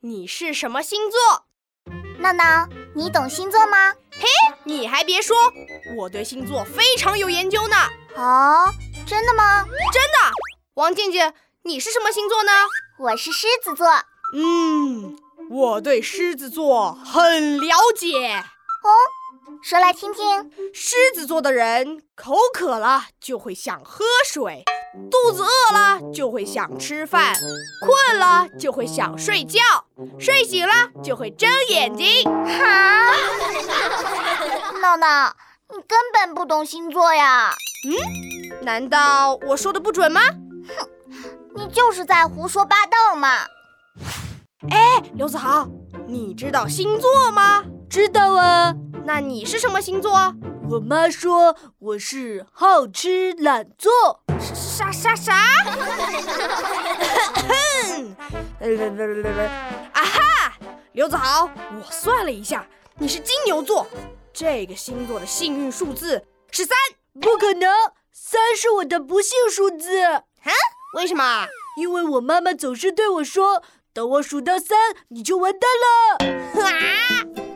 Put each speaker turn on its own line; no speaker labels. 你是什么星座？
闹闹，你懂星座吗？
你还别说，我对星座非常有研究呢。
哦，真的吗？
王健健，你是什么星座呢？
我是狮子座。
嗯，我对狮子座很了解。
说来听听。
狮子座的人口渴了就会想喝水，肚子饿了就会想吃饭，困了就会想睡觉，睡醒了就会睁眼睛。
哈，闹闹，你根本不懂星座呀，
难道我说的不准吗？
你就是在胡说八道嘛。
刘子豪，你知道星座吗？知道啊。那你是什么星座？我妈说我是好吃懒做。啥啥 啥？啊哈！刘子豪，我算了一下，你是金牛座，这个星座的幸运数字是三。不可能，三是我的不幸数字。啊？为什么？因为我妈妈总是对我说：“等我数到三，你就完蛋了。”啊！